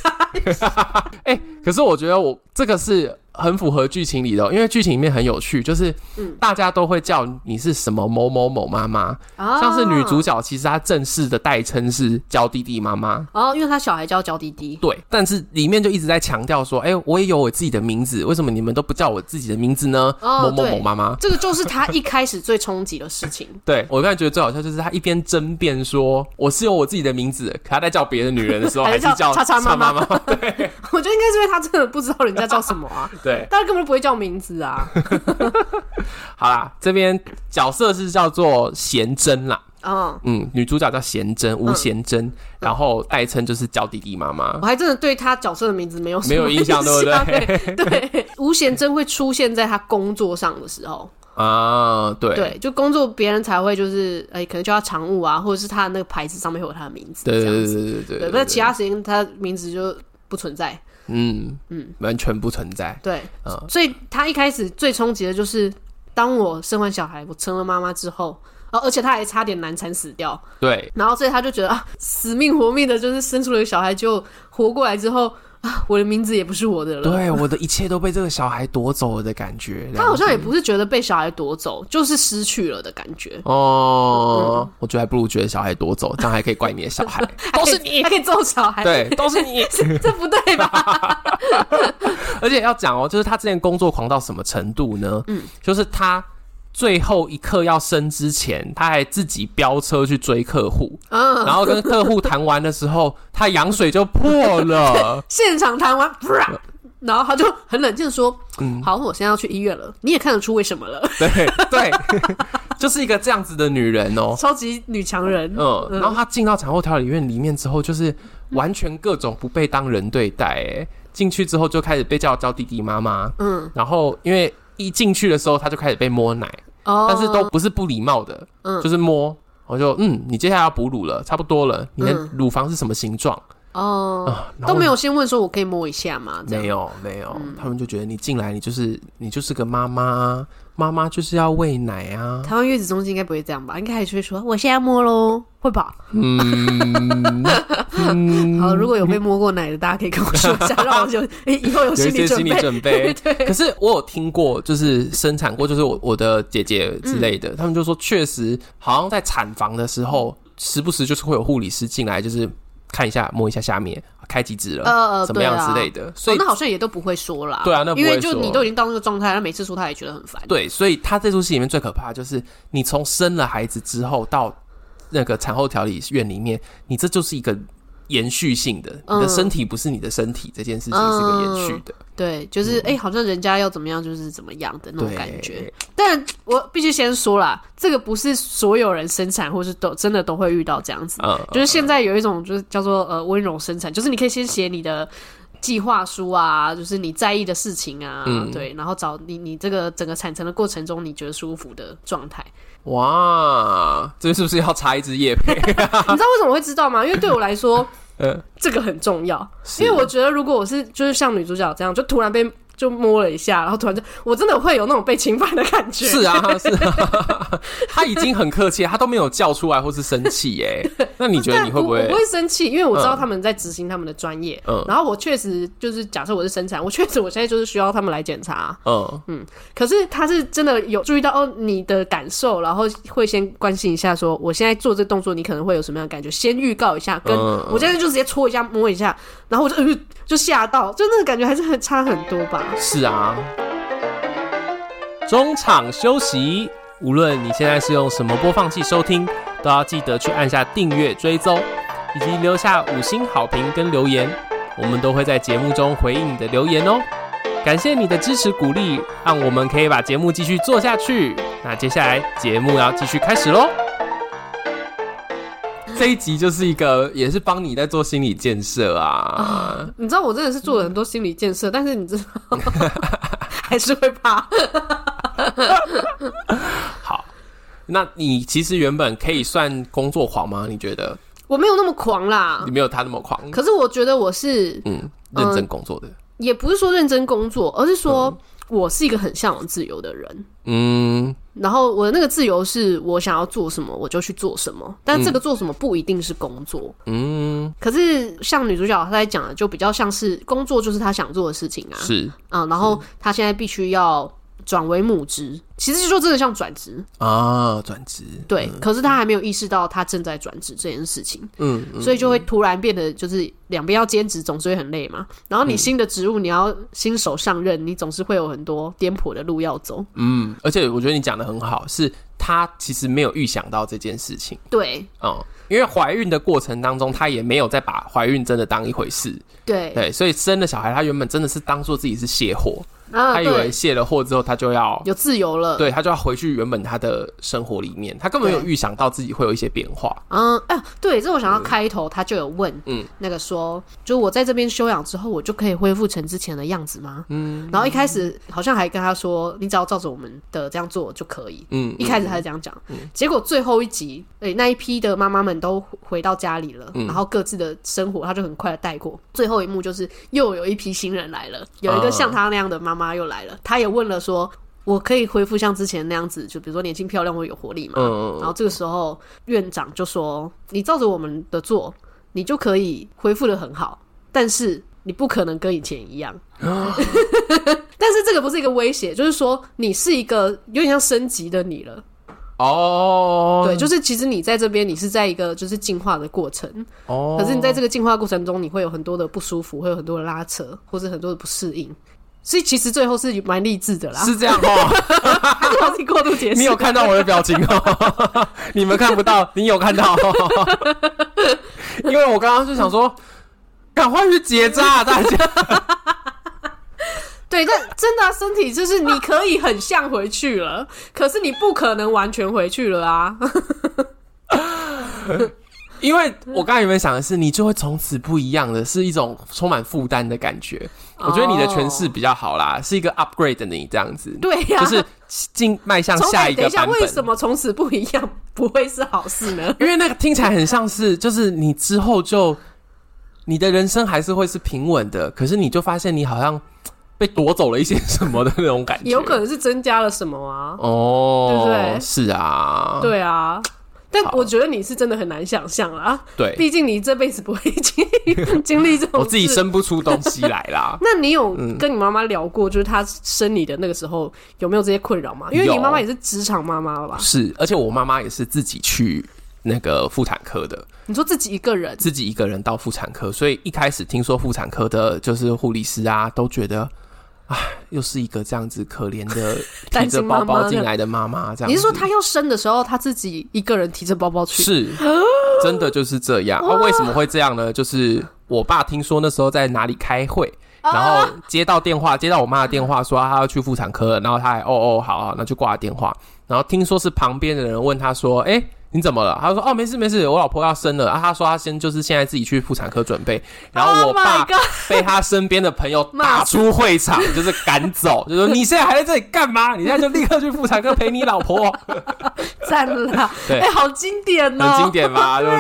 Speaker 1: 哎、可是我觉得我这个是很符合剧情里的哦，因为剧情里面很有趣，就是
Speaker 2: 嗯
Speaker 1: 大家都会叫你是什么某某某妈妈，
Speaker 2: 啊
Speaker 1: 像是女主角，其实她正式的代称是娇弟弟妈妈。
Speaker 2: 哦，因为他小孩叫娇滴滴，
Speaker 1: 对，但是里面就一直在强调说，哎、我也有我自己的名字，为什么你们都不叫我自己的名字呢？
Speaker 2: 哦
Speaker 1: 某某
Speaker 2: 对
Speaker 1: 某妈妈。。
Speaker 2: 这个就是他一开始最冲击的事情
Speaker 1: 对我刚才觉得最好笑就是她一边争辩说我是有我自己的名字，可她在叫别的女人的时候
Speaker 2: 还
Speaker 1: 还
Speaker 2: 是
Speaker 1: 是叫
Speaker 2: 叫叉叉妈妈
Speaker 1: 妈。
Speaker 2: 我觉得应该是因为他真的不知道人家叫什么 啊，
Speaker 1: 对，
Speaker 2: 大家根本就不会叫名字啊。
Speaker 1: 好啦，这边角色是叫做贤贞啦，
Speaker 2: 嗯，
Speaker 1: 嗯，女主角叫贤贞，吴贤贞，然后代称就是娇弟弟妈妈
Speaker 2: 我。还真的对他角色的名字没有什么
Speaker 1: 没有印象对不
Speaker 2: 对？对，吴贤真会出现在他工作上的时候，
Speaker 1: 啊，对
Speaker 2: 对，就工作别人才会就是哎、可能叫他常务啊，或者是他的那个牌子上面会有他的名字，
Speaker 1: 对
Speaker 2: 这样
Speaker 1: 对
Speaker 2: 子。
Speaker 1: 对对对对，
Speaker 2: 对，那其他时间他名字就不存在。
Speaker 1: 嗯嗯，完全不存在。
Speaker 2: 对，
Speaker 1: 嗯
Speaker 2: 所以他一开始最冲击的就是，当我生完小孩，我成了妈妈之后，哦，而且他还差点难产死掉，
Speaker 1: 对，
Speaker 2: 然后所以他就觉得啊，死命活命的，就是生出了一个小孩，就活过来之后啊，我的名字也不是我的了。
Speaker 1: 对，我的一切都被这个小孩夺走了的感觉。
Speaker 2: 他好像也不是觉得被小孩夺走，就是失去了的感觉。
Speaker 1: 哦，我觉得还不如觉得小孩夺走，这样还可以怪你的小 孩，都是你
Speaker 2: 还。可以揍小孩，
Speaker 1: 对，都是你。
Speaker 2: 这这不 对吧？
Speaker 1: 而且要讲哦，就是他之前工作狂到什么程度呢？嗯，就是他最后一刻要升之前，他还自己飙车去追客户，
Speaker 2: 嗯，
Speaker 1: 然后跟客户谈完的时候， 他羊水就破 了。
Speaker 2: 现场谈完，啪然后他就很冷静的说：“
Speaker 1: 嗯
Speaker 2: 好，我现在要去医院了。”你也看得出为什么了，
Speaker 1: 对对， 就是一个这样子的女人哦。
Speaker 2: 超级女强人。
Speaker 1: 嗯，然后她进到产后调理院里面之后，就是完全各种不被当人对待、哎，进去之后就开始被叫叫弟弟妈妈，
Speaker 2: 嗯，
Speaker 1: 然后因为一进去的时候，她就开始被摸奶，
Speaker 2: 哦，
Speaker 1: 但是都不是不礼貌的，
Speaker 2: 嗯
Speaker 1: 就是摸。我就嗯，你接下来要哺乳了，差不多了。你的
Speaker 2: 嗯
Speaker 1: 乳房是什么形状
Speaker 2: 哦，
Speaker 1: 啊？然后
Speaker 2: 都没有先问说我可以摸一下吗？这样嗯
Speaker 1: 没有没有，他们就觉得你进来，你就是你就是个妈妈啊，妈妈就是要喂奶啊。
Speaker 2: 台湾月子中心应该不会这样吧？应该还是会说我现在摸喽，会吧？
Speaker 1: 嗯，
Speaker 2: 好，如果有被摸过奶的，大家可以跟我说一下，让 我有诶以后有
Speaker 1: 有
Speaker 2: 心
Speaker 1: 一
Speaker 2: 理
Speaker 1: 些
Speaker 2: 准
Speaker 1: 心理
Speaker 2: 备。
Speaker 1: 准备。
Speaker 2: 对
Speaker 1: 可是我有听过，就是生产过，就是我我的姐姐之类的，他们就说确实好像在产房的时候，
Speaker 2: 嗯
Speaker 1: 时不时就是会有护理师进来，就是看一下摸一下下面啊开几指了，
Speaker 2: 呃 呃
Speaker 1: 怎么样
Speaker 2: 对啊
Speaker 1: 之类的，所
Speaker 2: 哦
Speaker 1: 以。
Speaker 2: 那好像也都不会说啦。
Speaker 1: 对啊那不会
Speaker 2: 因为就你
Speaker 1: 说
Speaker 2: 都已经到那个状态，他每次说他也觉得很烦。
Speaker 1: 对，所以他这出戏里面最可怕的就是，你从生了孩子之后到那个产后调理院里面，你这就是一个延续性的，你的
Speaker 2: 嗯
Speaker 1: 身体不是你的身体，这件事情是一个延续的，
Speaker 2: 对，就是哎、诶好像人家要怎么样就是怎么样的那种
Speaker 1: 嗯对
Speaker 2: 感觉。但我必须先说啦，这个不是所有人生产或是都真的都会遇到这样子。
Speaker 1: 嗯，
Speaker 2: 就是现在有一种就是叫做呃温柔生产，就是你可以先写你的计划书啊，就是你在意的事情啊，
Speaker 1: 嗯
Speaker 2: 对，然后找你你这个整个产程的过程中你觉得舒服的 状态。
Speaker 1: 哇，这是不是要插一支叶 片？
Speaker 2: 你知道为什么我会知道吗？因为对我来说
Speaker 1: 嗯，
Speaker 2: 这个很重要，
Speaker 1: 是
Speaker 2: 因为我觉得如果我是就是像女主角这样，就突然被。就摸了一下，然后突然就，我真的会有那种被侵犯的感觉。
Speaker 1: 是啊，是啊， 他已经很客气，他都没有叫出来或是生气耶。那你觉得
Speaker 2: 但
Speaker 1: 你会不
Speaker 2: 我
Speaker 1: 会
Speaker 2: 我？会生气，因为我知道
Speaker 1: 嗯
Speaker 2: 他们在执行他们的专业。
Speaker 1: 嗯
Speaker 2: 然后我确实就是，假设我是生产，我确实我现在就是需要他们来检查、
Speaker 1: 嗯，
Speaker 2: 可是他是真的有注意到哦你的感受，然后会先关心一下说，我现在做这动作你可能会有什么样的感觉，先预告一下，跟
Speaker 1: 嗯
Speaker 2: 我现在就直接戳一下摸一下，然后我就、呃、就吓到，就那个感觉还是很差很多吧。
Speaker 1: 是啊。中场休息，无论你现在是用什么播放器收听，都要记得去按下订阅追踪，以及留下五星好评跟留言，我们都会在节目中回应你的留言哦。感谢你的支持鼓励，让我们可以把节目继续做下去。那接下来节目要继续开始喽。这一集就是一个，也是帮你在做心理建设啊。
Speaker 2: 你知道我真的是做了很多心理建设，但是你知道 还是会怕。
Speaker 1: 好，那你其实原本可以算工作狂吗？你觉得
Speaker 2: 我没有那么狂啦
Speaker 1: 你，没有他那么狂？
Speaker 2: 啊可呃是我觉得我是
Speaker 1: 嗯，认真工作的，
Speaker 2: 也不是说认真工作，而是说我是一个很向往自由的人。
Speaker 1: 嗯，
Speaker 2: 然后我的那个自由是我想要做什么我就去做什么，但这个做什么不一定是工作，
Speaker 1: 嗯哼，
Speaker 2: 可是像女主角她在讲的，就比较像是工作就是她想做的事情啊，
Speaker 1: 是
Speaker 2: 嗯，然后她现在必须要转为母职，其实就真的像转职，
Speaker 1: 啊，转职，
Speaker 2: 对。可是她还没有意识到她正在转职这件事情，
Speaker 1: 嗯，
Speaker 2: 所以就会突然变得就是两边要兼职，总是会很累嘛。
Speaker 1: 嗯
Speaker 2: 然后你新的职务你要新手上任，你总是会有很多颠簸的路要走，
Speaker 1: 嗯，而且我觉得你讲的很好，是她其实没有预想到这件事情
Speaker 2: 对
Speaker 1: 哦、因为怀孕的过程当中，她也没有再把怀孕真的当一回事，
Speaker 2: 对
Speaker 1: 对，所以生了小孩，她原本真的是当做自己是卸货，
Speaker 2: 啊，
Speaker 1: 她以为
Speaker 2: 对，
Speaker 1: 卸了货之后，她就要。
Speaker 2: 有自由了，
Speaker 1: 对她就要回去原本她的生活里面，她根本没有
Speaker 2: 对
Speaker 1: 预想到自己会有一些变化。
Speaker 2: 嗯，哎、对，这我想到开头他就有问，嗯
Speaker 1: 嗯，
Speaker 2: 那个说，就我在这边休养之后，我就可以恢复成之前的样子吗？嗯，然后一开始好像还跟他说，你只要照着我们的这样做就可以。
Speaker 1: 嗯，
Speaker 2: 一开始他是这样讲，结果最后一集，哎、那一批的妈妈们都回到家里
Speaker 1: 嗯
Speaker 2: 了，然后各自的生活，他就很快的带过。最后一幕就是又有一批新人来了，有一个
Speaker 1: 啊
Speaker 2: 像他那样的妈妈又来了，他也问了说，我可以恢复像之前那样子，就比如说年轻漂亮或有活力吗？
Speaker 1: 嗯
Speaker 2: 然后这个时候院长就说：“你照着我们的做，你就可以恢复的很好，但是你不可能跟以前一样。
Speaker 1: 啊
Speaker 2: 但是这个不是一个威胁，就是说你是一个有点像升级的你了。
Speaker 1: 哦，
Speaker 2: 对，就是其实你在这边，你是在一个就是进化的过程，
Speaker 1: 哦，
Speaker 2: 可是你在这个进化过程中，你会有很多的不舒服，会有很多的拉扯，或是很多的不适应。”所以其实最后是蛮励志的啦，
Speaker 1: 是这样哦，
Speaker 2: 还是我自己过度解释。
Speaker 1: 你有看到我的表情哦， 你们看不 到，你有看到、 哦，因为我刚刚就想说，赶快去结扎，大家
Speaker 2: 对，但真的啊、身体就是你可以很像回去了，可是你不可能完全回去了啊。
Speaker 1: 因为我刚才原本想的是，你就会从此不一样的，是一种充满负担的感觉。我觉得你的诠释比较好啦，是一个 upgrade 的你这样子，
Speaker 2: 哦对呀、
Speaker 1: 就是进迈向
Speaker 2: 从此
Speaker 1: 下一
Speaker 2: 等
Speaker 1: 个
Speaker 2: 一下，
Speaker 1: 版本。
Speaker 2: 为什么从此不一样不会是好事 呢？
Speaker 1: 因为那个听起来很像是，就是你之后就你的人生还是会是平稳的，可是你就发现你好像被夺走了一些什么的那种感觉，
Speaker 2: 有可能是增加了什么啊？
Speaker 1: 哦，
Speaker 2: 对不对
Speaker 1: 是啊，
Speaker 2: 对啊。但
Speaker 1: 好
Speaker 2: 我觉得你是真的很难想象啦，
Speaker 1: 对，
Speaker 2: 毕竟你这辈子不会经经历这种
Speaker 1: 我自己
Speaker 2: 事。。
Speaker 1: 生嗯不出东西来啦
Speaker 2: 那你有跟你妈妈聊过，就是她生你的那个时候有没有这些困扰吗？因为你
Speaker 1: 有
Speaker 2: 妈妈也是职场妈妈吧？
Speaker 1: 是，而且我妈妈也是自己去那个妇产科的，
Speaker 2: 你说自己一个人，
Speaker 1: 自己一个人到妇产科，所以一开始听说妇产科的就是护理师啊，都觉得。唉，又是一个这样子可怜的提
Speaker 2: 担
Speaker 1: 着
Speaker 2: 心
Speaker 1: 包
Speaker 2: 妈妈
Speaker 1: 包
Speaker 2: 的
Speaker 1: 进来的妈妈，这样子。
Speaker 2: 你是说她要生的时候，她自己一个人提着包包去？
Speaker 1: 是，真的就是这样。啊，为什么会这样呢？就是我爸听说那时候在哪里开会，
Speaker 2: 啊
Speaker 1: 然后接到电话，接到我妈的电话说她要去妇产科了，然后她还哦哦好啊，那就挂了电话。然后听说是旁边的人问她说：“哎、你怎么了？”她说：“哦，没事没事，我老婆要生了。”啊，她说她先就是现在自己去妇产科准备。然后
Speaker 2: Oh
Speaker 1: 我
Speaker 2: my
Speaker 1: 爸
Speaker 2: God
Speaker 1: 被她身边的朋友打出会场，就是赶走，就说：“你现在还在这里干嘛？你现在就立刻去妇产科陪你老婆。”
Speaker 2: 赞啦！
Speaker 1: 对
Speaker 2: 哎、好经典哦、
Speaker 1: 很经典吧，对不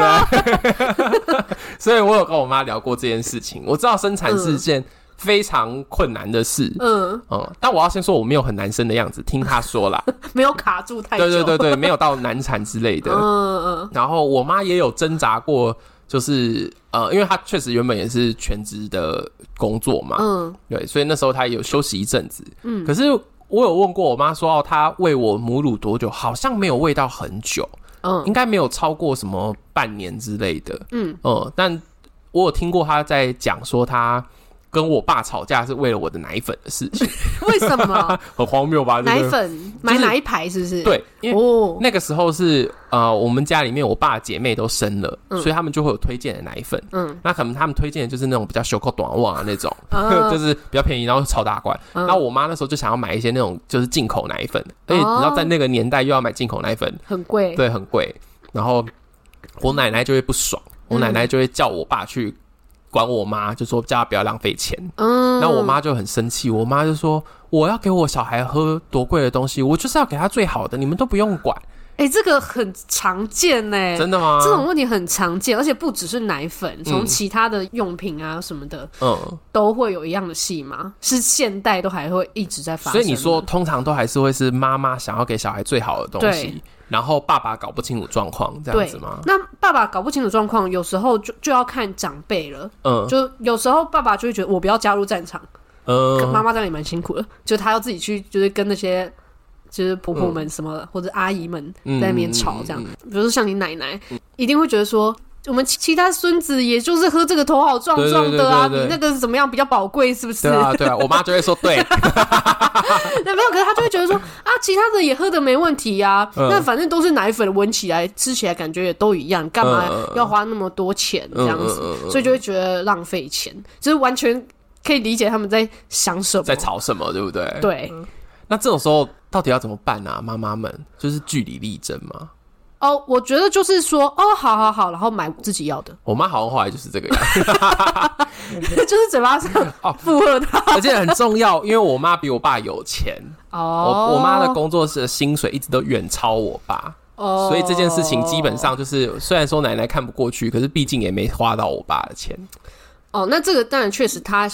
Speaker 1: 对？
Speaker 2: 啊
Speaker 1: 所以我有跟我妈聊过这件事情，我知道生产是件非常困难的事。
Speaker 2: 嗯，
Speaker 1: 嗯，但我要先说我没有很男生的样子，听她说啦，
Speaker 2: 没有卡住太久。
Speaker 1: 对对对对，没有到难产之类的。
Speaker 2: 嗯，嗯
Speaker 1: 然后我妈也有挣扎过，就是呃，因为她确实原本也是全职的工作嘛，
Speaker 2: 嗯
Speaker 1: 对，所以那时候她也有休息一阵子。嗯，可是我有问过我妈说，哦，她喂我母乳多久？好像没有喂到很久。
Speaker 2: 嗯
Speaker 1: 应该没有超过什么半年之类的。
Speaker 2: 嗯
Speaker 1: 嗯，但我有听过他在讲说他跟我爸吵架是为了我的奶粉的事情，
Speaker 2: 嗯，为什 么
Speaker 1: 很荒谬啊吧？这个
Speaker 2: 奶粉买哪一排？是不是？
Speaker 1: 对，因为
Speaker 2: 哦，
Speaker 1: 那个时候是呃，我们家里面我爸姐妹都生了，
Speaker 2: 嗯
Speaker 1: 所以他们就会有推荐的奶粉。
Speaker 2: 嗯，
Speaker 1: 那可能他们推荐的就是那种比较修口短袜啊那种，
Speaker 2: 啊
Speaker 1: 就是比较便宜，然后超大罐。
Speaker 2: 嗯
Speaker 1: 然后我妈那时候就想要买一些那种就是进口奶粉，而且你知
Speaker 2: 哦
Speaker 1: 道在那个年代又要买进口奶粉，
Speaker 2: 很贵。
Speaker 1: 对，很贵。然后我奶奶就会不爽，
Speaker 2: 嗯
Speaker 1: 我奶奶就会叫我爸去管我妈，就说叫她不要浪费钱。
Speaker 2: 嗯，
Speaker 1: 那我妈就很生气，我妈就说我要给我小孩喝多贵的东西，我就是要给他最好的，你们都不用管，
Speaker 2: 哎、这个很常见呢、
Speaker 1: 真的吗？
Speaker 2: 这种问题很常见，而且不只是奶粉，从其他的用品啊什么的、
Speaker 1: 嗯，
Speaker 2: 都会有一样的戏码，是现代都还会一直在发生
Speaker 1: 所
Speaker 2: 的。
Speaker 1: 以你说通常都还是会是妈妈想要给小孩最好的东西。然后爸爸搞不清楚状况这样
Speaker 2: 对
Speaker 1: 子吗？
Speaker 2: 那爸爸搞不清楚状况，有时候就就要看长辈了。
Speaker 1: 嗯
Speaker 2: 就有时候爸爸就会觉得我不要加入战场，可妈
Speaker 1: 嗯，
Speaker 2: 妈这样也蛮辛苦的，就她要自己去，就是跟那些就是婆婆们什么
Speaker 1: 嗯
Speaker 2: 的，或者阿姨们在那边吵这样。比如说像你奶奶，
Speaker 1: 嗯
Speaker 2: 一定会觉得说。我们其其他孙子也就是喝这个头好壮壮的啊，
Speaker 1: 对对对对对
Speaker 2: 比那个怎么样比较宝贵是不是？
Speaker 1: 对啊对啊，我妈就会说对，
Speaker 2: 那没有，可是他就会觉得说啊，其他的也喝的没问题呀、
Speaker 1: 嗯
Speaker 2: 那反正都是奶粉，闻起来、吃起来感觉也都一样，干嘛
Speaker 1: 嗯嗯嗯
Speaker 2: 要花那么多钱 这样子？
Speaker 1: 嗯嗯嗯嗯
Speaker 2: 所以就会觉得浪费钱，就是完全可以理解他们在想什么。
Speaker 1: 在嗯吵什么，对不对？。
Speaker 2: 对，
Speaker 1: 那这种时候到底要怎么办啊？妈妈们就是据理力争嘛。
Speaker 2: 哦，我觉得就是说，哦，好好好，然后买自己要的，
Speaker 1: 我妈好像后来就是这个样 子，嗯
Speaker 2: 就是嘴巴上
Speaker 1: 哦
Speaker 2: 附和 他。
Speaker 1: 而且很重要，因为我妈比我爸有钱，
Speaker 2: 哦，
Speaker 1: 我我妈的，工作室的薪水一直都远超我爸，
Speaker 2: 哦、
Speaker 1: 所以这件事情基本，上就是虽然说奶奶看不过去，可是毕竟也没花到我爸的钱。
Speaker 2: 哦，那这个当然确实他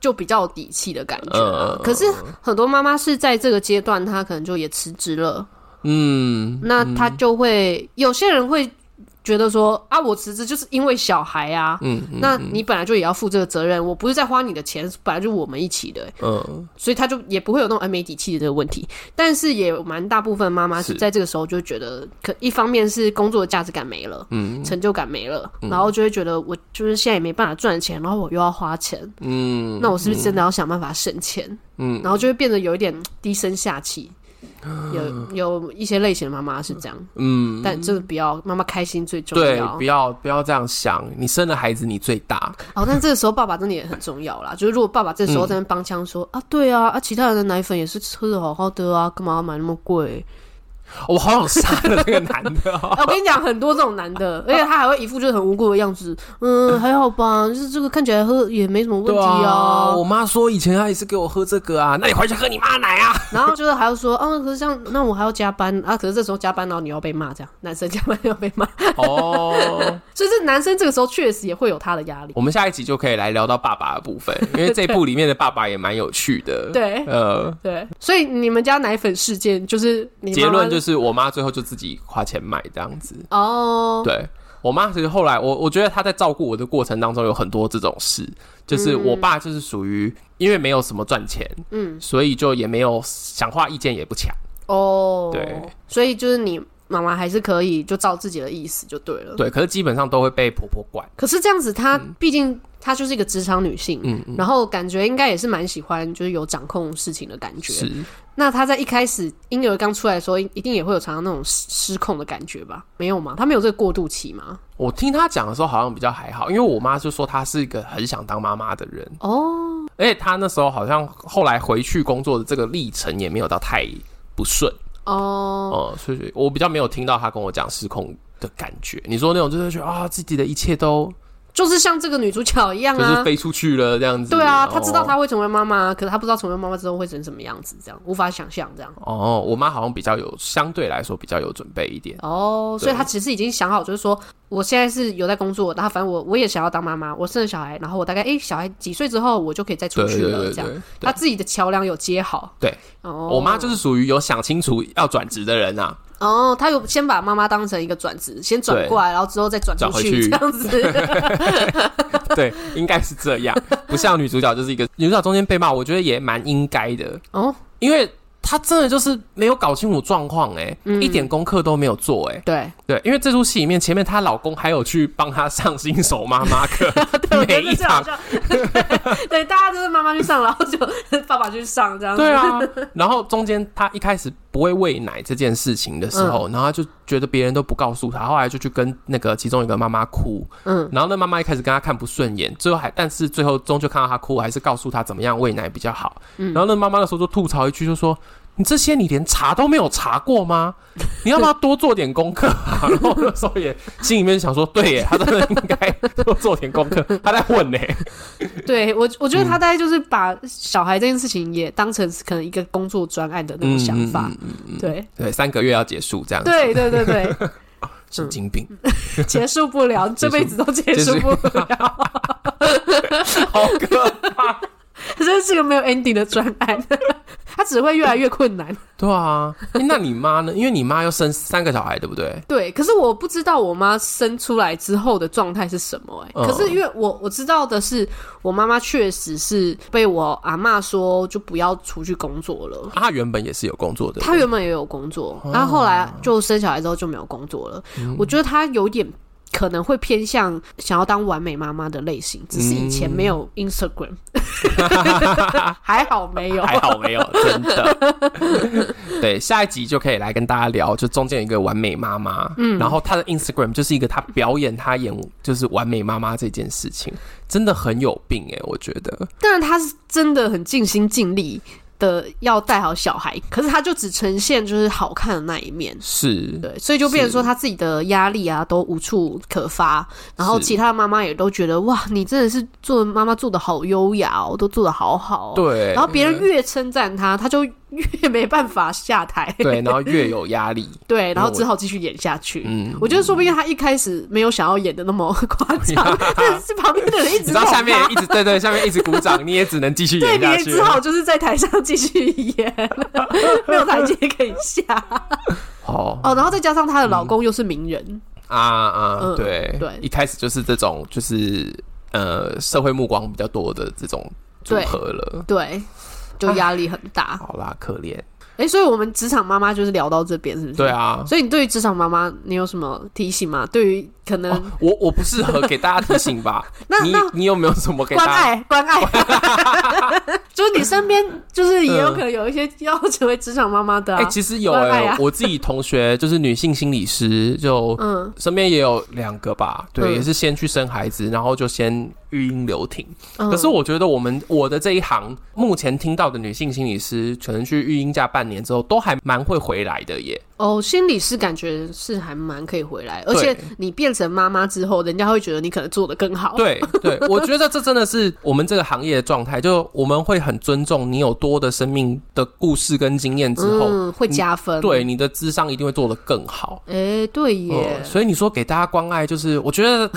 Speaker 2: 就比较有底气的感觉啊、
Speaker 1: 嗯
Speaker 2: 可是很多妈妈是在这个阶段，她可能就也辞职了。
Speaker 1: 嗯，
Speaker 2: 那他就会、有些人会觉得说啊，我辞职就是因为小孩啊，
Speaker 1: 嗯嗯
Speaker 2: 那你本来就也要负这个责任，我不是在花你的钱，本来就我们一起的欸、
Speaker 1: 嗯，
Speaker 2: 所以他就也不会有那种哎没底气的这个问题。但是也有蛮大部分妈妈是
Speaker 1: 是
Speaker 2: 在这个时候就觉得，可一方面是工作的价值感没了，嗯，成就感没了，然后就会觉得我就是现在也没办法赚钱，然后我又要花钱，
Speaker 1: 嗯，
Speaker 2: 那我是不是真的要想办法省钱？
Speaker 1: 嗯啊
Speaker 2: 嗯，然后就会变得有一点低声下气。有有一些类型的妈妈是这样，
Speaker 1: 嗯，
Speaker 2: 但真的不要妈妈开心最重
Speaker 1: 对
Speaker 2: 要，
Speaker 1: 不。要不要这样想，你生了孩子你最大，
Speaker 2: 哦，但这个时候爸爸真的也很重要啦。就是如果爸爸这
Speaker 1: 嗯
Speaker 2: 时候在那边帮腔说、啊，对啊，啊，其他人的奶粉也是喝的好好的啊，干嘛要买那么 贵？
Speaker 1: 我好想杀了这个男的、哦。
Speaker 2: 啊我跟你讲，很多这种男的，而且他还会一副就是很无辜的样子。嗯，还好吧，就是这个看起来喝也没什么问
Speaker 1: 对
Speaker 2: 题哦
Speaker 1: 啊，我妈说以前她也是给我喝这个啊，那你回去喝你妈奶 啊。
Speaker 2: 然后就是还要说，啊，可是这样，那我还要加班啊。可是这时候加班，然后你要被骂，这样男生加班 要被骂，
Speaker 1: 哦，
Speaker 2: 所以这男生这个时候确实也会有他的压力。
Speaker 1: 我们下一集就可以来聊到爸爸的部分，因为这部里面的爸爸也蛮有趣的。，
Speaker 2: 对
Speaker 1: 呃，
Speaker 2: 对，所以你们家奶粉事件就是你
Speaker 1: 结论就是是我妈最后就自己花钱买这样子。
Speaker 2: 哦，
Speaker 1: 对我妈，其实后来我我觉得她在照顾我的过程当中有很多这种事，就是我爸就是属于因为没有什么赚钱，
Speaker 2: 嗯
Speaker 1: 所以就也没有想话意见也不强。
Speaker 2: 哦，
Speaker 1: 对，
Speaker 2: 所以就是你妈妈还是可以就照自己的意思就对了。，
Speaker 1: 对，可是基本上都会被婆婆管。
Speaker 2: 可是这样子她，毕竟她就是一个职场女性，
Speaker 1: 嗯
Speaker 2: 然后感觉应该也是蛮喜欢就是有掌控事情的感觉。
Speaker 1: 是，
Speaker 2: 那她在一开始婴儿刚出来的时候，一一定也会有常常那种失失控的感觉吧？没有吗？她没有这个过渡期吗？
Speaker 1: 我听她讲的时候好像比较还好，因为我妈就说她是一个很想当妈妈的人，
Speaker 2: 哦，
Speaker 1: 而且她那时候好像后来回去工作的这个历程也没有到太不顺。
Speaker 2: 哦，
Speaker 1: 哦、所以我比较没有听到他跟我讲失控的感觉。你说那种就是觉得啊，自己的一切都
Speaker 2: 就是像这个女主角一样
Speaker 1: 就是
Speaker 2: 啊。
Speaker 1: 飞出去了这样子。
Speaker 2: 对啊，她知道
Speaker 1: 哦
Speaker 2: 她会成为妈妈，可是她不知道成为妈妈之后会成什么样子，这样无法想象这样。
Speaker 1: 哦，我妈好像比较有相对来说比较有准备一点。
Speaker 2: 哦，所以他其实已经想好，就是说我现在是有在工作，然后反正我我也想要当妈妈，我生了小孩，然后我大概诶、小孩几岁之后我就可以再出
Speaker 1: 对
Speaker 2: 去
Speaker 1: 对
Speaker 2: 了，
Speaker 1: 对
Speaker 2: 这样
Speaker 1: 对，对
Speaker 2: 他自己的桥梁有接好。
Speaker 1: 对，
Speaker 2: 哦，
Speaker 1: 我妈就是属于有想清楚要转职的人啊。
Speaker 2: 哦，他有先把妈妈当成一个转职，先转
Speaker 1: 对
Speaker 2: 过来，然后之后再转
Speaker 1: 转
Speaker 2: 出
Speaker 1: 回去
Speaker 2: 这样子。
Speaker 1: 对，应该是这样，不像女主角就是一个女主角中间被骂，我觉得也蛮应该的，
Speaker 2: 哦，
Speaker 1: 因为她真的就是没有搞清楚状况，哎，
Speaker 2: 嗯
Speaker 1: 一点功课都没有做、哎。
Speaker 2: 对，
Speaker 1: 对，因为这出戏里面，前面她老公还有去帮她上新手妈妈课
Speaker 2: 对，我，觉
Speaker 1: 每
Speaker 2: 得
Speaker 1: 一
Speaker 2: 这好
Speaker 1: 场，
Speaker 2: 像， 对，大家就是妈妈去上，然后就爸爸去上这样子。
Speaker 1: 对啊。 然后中间她一开始不会喂奶这件事情的时候，
Speaker 2: 嗯
Speaker 1: 然后她就觉得别人都不告诉她，后来就去跟那个其中一个妈妈哭，
Speaker 2: 嗯，
Speaker 1: 然后那妈妈一开始跟她看不顺眼，最后还但是最后终究看到她哭，还是告诉她怎么样喂奶比较好。
Speaker 2: 嗯
Speaker 1: 然后那妈妈那时候就吐槽一句，就说。你这些你连查都没有查过吗？你要不要多做点功课 啊？然后我那时候也心里面想说，对耶，她真的应该多做点功课，她在混呢。
Speaker 2: 对我，我觉得他大概就是把小孩这件事情也当成是可能一个工作专案的那种想法。对，
Speaker 1: 对，三个月要结束这样子，
Speaker 2: 对对对对，嗯
Speaker 1: 神经病，
Speaker 2: 结束不了，这辈子都结束不了，
Speaker 1: 好可怕。
Speaker 2: 真是个没有 ending 的专案。他 他只会越来越困难。
Speaker 1: 对啊，诶那你妈呢？因为你妈要生三个小孩，对啊不对？
Speaker 2: 对，可是我不知道我妈生出来之后的状态是什么、欸，哎、
Speaker 1: 嗯
Speaker 2: 可是因为我我知道的是，我妈妈确实是被我阿嬷说就不要出去工作了。
Speaker 1: 啊她原本也是有工作的，
Speaker 2: 她原本也有工作，
Speaker 1: 哦
Speaker 2: 然后后来就生小孩之后就没有工作了。
Speaker 1: 嗯
Speaker 2: 我觉得她有点可能会偏向想要当完美妈妈的类型，只是以前没有
Speaker 1: 嗯
Speaker 2: Instagram，、还好没有。
Speaker 1: 还好 没有，真的。 对，下一集就可以来跟大家聊，就中间有一个完美妈妈，嗯，然后她的 Instagram 就是一个她表演她演就是完美妈妈这件事情，真的很有病哎、我觉得。
Speaker 2: 但是他是真的很尽心尽力的要带好小孩，可是他就只呈现就是好看的那一面。
Speaker 1: 是，
Speaker 2: 对，所以就变成说他自己的压力啊都无处可发，然后
Speaker 1: 是
Speaker 2: 其他的妈妈也都觉得哇，你真的是做妈妈做的好优雅哦，都做的好好、哦。，
Speaker 1: 对，
Speaker 2: 然后别人越称赞他，他就越没办法下台。
Speaker 1: 对，然后越有压力，
Speaker 2: 对，然后只好继续演下去。
Speaker 1: 嗯，
Speaker 2: 我觉得说不定他一开始没有想要演的那么夸 张，但是旁边的人一
Speaker 1: 你
Speaker 2: 直
Speaker 1: 知道
Speaker 2: 捧
Speaker 1: 下面
Speaker 2: 他
Speaker 1: 一直对对，下面一直鼓掌，你也只能继续
Speaker 2: 对，
Speaker 1: 演
Speaker 2: 你
Speaker 1: 下
Speaker 2: 也
Speaker 1: 去
Speaker 2: 只。好就是在台上继续演， 没有台阶可以 下
Speaker 1: 哦
Speaker 2: 哦。然后再加上她的老公又是名人，
Speaker 1: 啊啊
Speaker 2: 嗯，
Speaker 1: 对
Speaker 2: 对
Speaker 1: 一开始就是这种，就是呃，社会目光比较多的这种组
Speaker 2: 对
Speaker 1: 合了。
Speaker 2: 对，就压力很大。
Speaker 1: 好啦，可怜。
Speaker 2: 哎、所以我们职场妈妈就是聊到这边，是不是？
Speaker 1: 对。啊，
Speaker 2: 所以你对于职场妈妈，你有什么提醒吗？对于可能、
Speaker 1: 我我不适合给大家提醒吧
Speaker 2: 那？
Speaker 1: 你
Speaker 2: 那
Speaker 1: 你有没有什么给大
Speaker 2: 关
Speaker 1: 家？
Speaker 2: 爱关爱， 就是你身边就是也有可能有一些要成为职场妈妈的、啊
Speaker 1: 哎，其实有
Speaker 2: 关爱
Speaker 1: 哎
Speaker 2: 啊，
Speaker 1: 我自己同学就是女性心理师，就
Speaker 2: 嗯
Speaker 1: 身边也有两个吧，对，
Speaker 2: 嗯
Speaker 1: 也是先去生孩子，然后就先育婴留停。
Speaker 2: 嗯，
Speaker 1: 可是我觉得我们我的这一行，目前听到的女性心理师，可能去育婴假半年之后，都还蛮会回来的耶。
Speaker 2: 哦，心理师感觉是还蛮可以回来，而
Speaker 1: 对
Speaker 2: 且你变成妈妈之后，人家会觉得你可能做的更好。
Speaker 1: 对对，我觉得这真的是我们这个行业的状态，就我们会很尊重你有多的生命的故事跟经验之后，
Speaker 2: 嗯、会加分。
Speaker 1: 对，你的智商一定会做得更好。
Speaker 2: 哎、对耶
Speaker 1: 嗯，，所以你说给大家关爱，就是我觉 得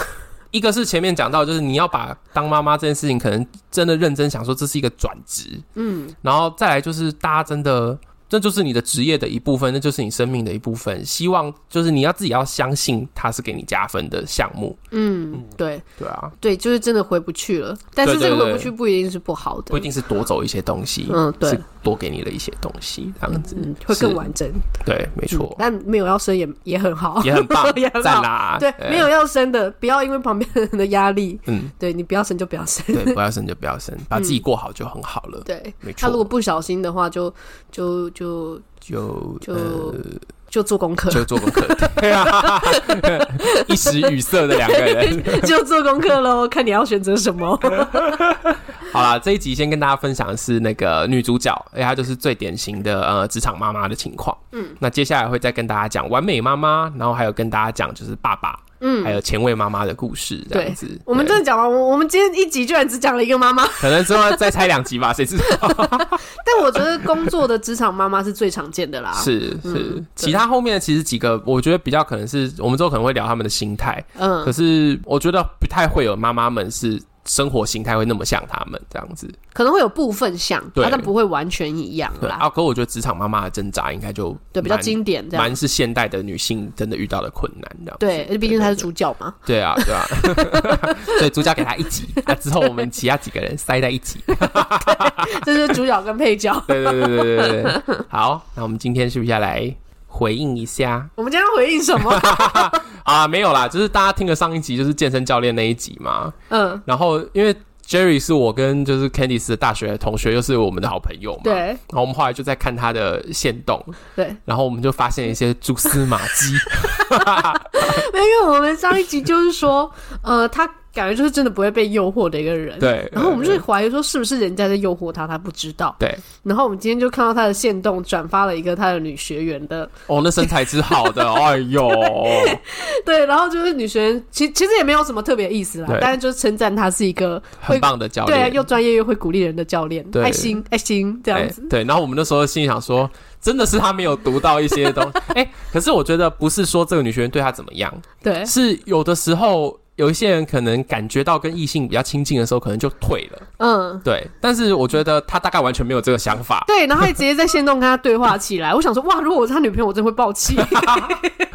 Speaker 1: 一个是前面讲到，就是你要把当妈妈这件事情，可能真的认真想说这是一个转职，
Speaker 2: 嗯，
Speaker 1: 然后再来就是大家真的。这就是你的职业的一部分，那就是你生命的一部分。希望就是你要自己要相信它是给你加分的项目，
Speaker 2: 嗯，对
Speaker 1: 对啊，
Speaker 2: 对，就是真的回不去了。但是
Speaker 1: 对对
Speaker 2: 这个回不
Speaker 1: 对
Speaker 2: 去不一定是不好的，
Speaker 1: 不一定是夺走一些东西，
Speaker 2: 嗯对
Speaker 1: 是多给你了一些东西，这样子，
Speaker 2: 嗯，会更
Speaker 1: 是
Speaker 2: 完整。
Speaker 1: 对，没
Speaker 2: 嗯
Speaker 1: 错，
Speaker 2: 但没有要生也也很好，
Speaker 1: 也很棒
Speaker 2: 也，很
Speaker 1: 赞
Speaker 2: 好
Speaker 1: 啦，哎
Speaker 2: 对，没有，要生的，不要因为旁边人的压力，
Speaker 1: 嗯，
Speaker 2: 对你不要生就不要生。
Speaker 1: 对，不要生就不要
Speaker 2: 嗯
Speaker 1: 生，把自己过好就很好了，
Speaker 2: 对，
Speaker 1: 没
Speaker 2: 他如果
Speaker 1: 错，
Speaker 2: 不小心的话，就就就
Speaker 1: 就
Speaker 2: 就
Speaker 1: 呃
Speaker 2: 就做功课，
Speaker 1: 就 做功课，对啊，一时语塞的两个人。
Speaker 2: 就做功 课喽，看你要选择什么。
Speaker 1: 好啦，这一集先跟大家分享的是那个女主角，哎，她就是最典型的呃职场妈妈的情况。嗯，那接下来会再跟大家讲完美妈妈，然后还有跟大家讲就是爸爸，嗯，还有前卫妈妈的故事这样子。对
Speaker 2: 我们真的讲完，我我们今天一集居然只讲了一个妈妈，
Speaker 1: 可能之后再拆两集吧，谁知道？
Speaker 2: 但我觉得工作的职场妈妈是最常见的啦。
Speaker 1: 是
Speaker 2: 嗯
Speaker 1: 是，其他后面其实几个，我觉得比较可能是我们之后可能会聊他们的心态，
Speaker 2: 嗯
Speaker 1: 可，是我觉得不太会有妈妈们是生活形态会那么像他们这样子。
Speaker 2: 可能会有部分像，
Speaker 1: 对
Speaker 2: 啊但不会完全一样
Speaker 1: 对
Speaker 2: 啦。
Speaker 1: 啊，可我觉得职场妈妈的挣扎应该就
Speaker 2: 对，比较
Speaker 1: 蛮
Speaker 2: 经典这样。
Speaker 1: 蛮是现代的女性真的遇到的困难这样子。
Speaker 2: 对，毕竟她是主角嘛。
Speaker 1: 对啊，对啊， 所以主角给她一集啊，之后我们其他几个人塞在一起。
Speaker 2: 这是主角跟配角。
Speaker 1: 对对对对对对对。好，那我们今天是不是要来回应一下
Speaker 2: 我们今天要回应 什么？
Speaker 1: 啊？没有啦，就是大家听了上一集就是健身教练那一集嘛，
Speaker 2: 嗯，
Speaker 1: 然后因为 Jerry 是我跟就是 Candice 的大学同学，又是我们的好朋友嘛，
Speaker 2: 对
Speaker 1: 然后我们后来就在看他的线动，
Speaker 2: 对，
Speaker 1: 然后我们就发现一些蛛丝马 迹。
Speaker 2: 没有，因为我们上一集就是说， 呃，他感觉就是真的不会被诱惑的一个人。。
Speaker 1: 对，
Speaker 2: 然后我们
Speaker 1: 对
Speaker 2: 就怀疑说，是不是人家在诱惑他，他不知道。
Speaker 1: 对，
Speaker 2: 然后我们今天就看到他的线动转发了一个他的女学员的，
Speaker 1: 哦，那身材之好的，哎呦，
Speaker 2: 对，然后就是女学员，其其实也没有什么特别意思啦
Speaker 1: 对，
Speaker 2: 但是就是称赞他是一个
Speaker 1: 很棒的教
Speaker 2: 对啊，
Speaker 1: 练，
Speaker 2: 又专业又会鼓励人的教练，
Speaker 1: 对
Speaker 2: 爱心爱心这
Speaker 1: 这
Speaker 2: 样子。
Speaker 1: 哎对，然后我们那时候心里想说，真的是他没有读到一 些东西。哎、可是我觉得不是说这个女学员对他怎么样，
Speaker 2: 对
Speaker 1: 是有的时候有一些人可能感觉到跟异性比较亲近的时候，可能就退了。
Speaker 2: 嗯，
Speaker 1: 对，但是我觉得他大概完全没有这个想法。
Speaker 2: 对，然后还直接在线动跟他对话起来。我想说，哇，如果我是他女朋友，我真的会 爆气，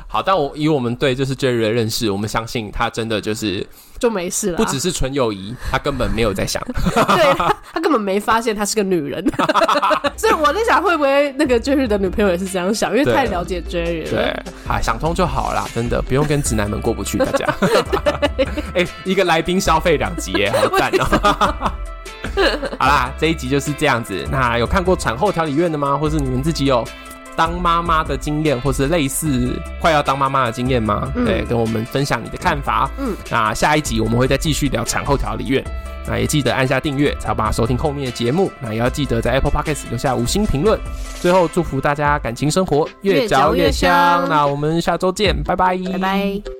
Speaker 1: 好，但我以我们对就是 Jerry 的认识，我们相信他真的就是
Speaker 2: 就没事了、
Speaker 1: 不只是纯友谊，他根本没有在想。
Speaker 2: 对他，他根本没发现她是个女人， 所以我在想，会不会那个 Jerry 的女朋友也是这样想，因为
Speaker 1: 对
Speaker 2: 太了解 Jerry
Speaker 1: 对
Speaker 2: 了。，
Speaker 1: 啊，想通就好啦，真的不用跟直男们过不去，大家。哎、一个来宾消费两集耶，好赞哦、 好啦，这一集就是这样子。那有看过产后调理院的吗？或是你们自己有当妈妈的经验，或是类似快要当妈妈的经验吗？
Speaker 2: 嗯
Speaker 1: 对，跟我们分享你的看法。
Speaker 2: 嗯，
Speaker 1: 那下一集我们会再继续聊产后调理院。那也记得按下订阅，才有办法收听后面的节目。那也要记得在 Apple Podcast 留下五星评论。最后祝福大家感情生活越
Speaker 2: 越嚼
Speaker 1: 嚼
Speaker 2: 越
Speaker 1: 越香。
Speaker 2: 香
Speaker 1: 那我们下周见，拜拜，
Speaker 2: 拜拜。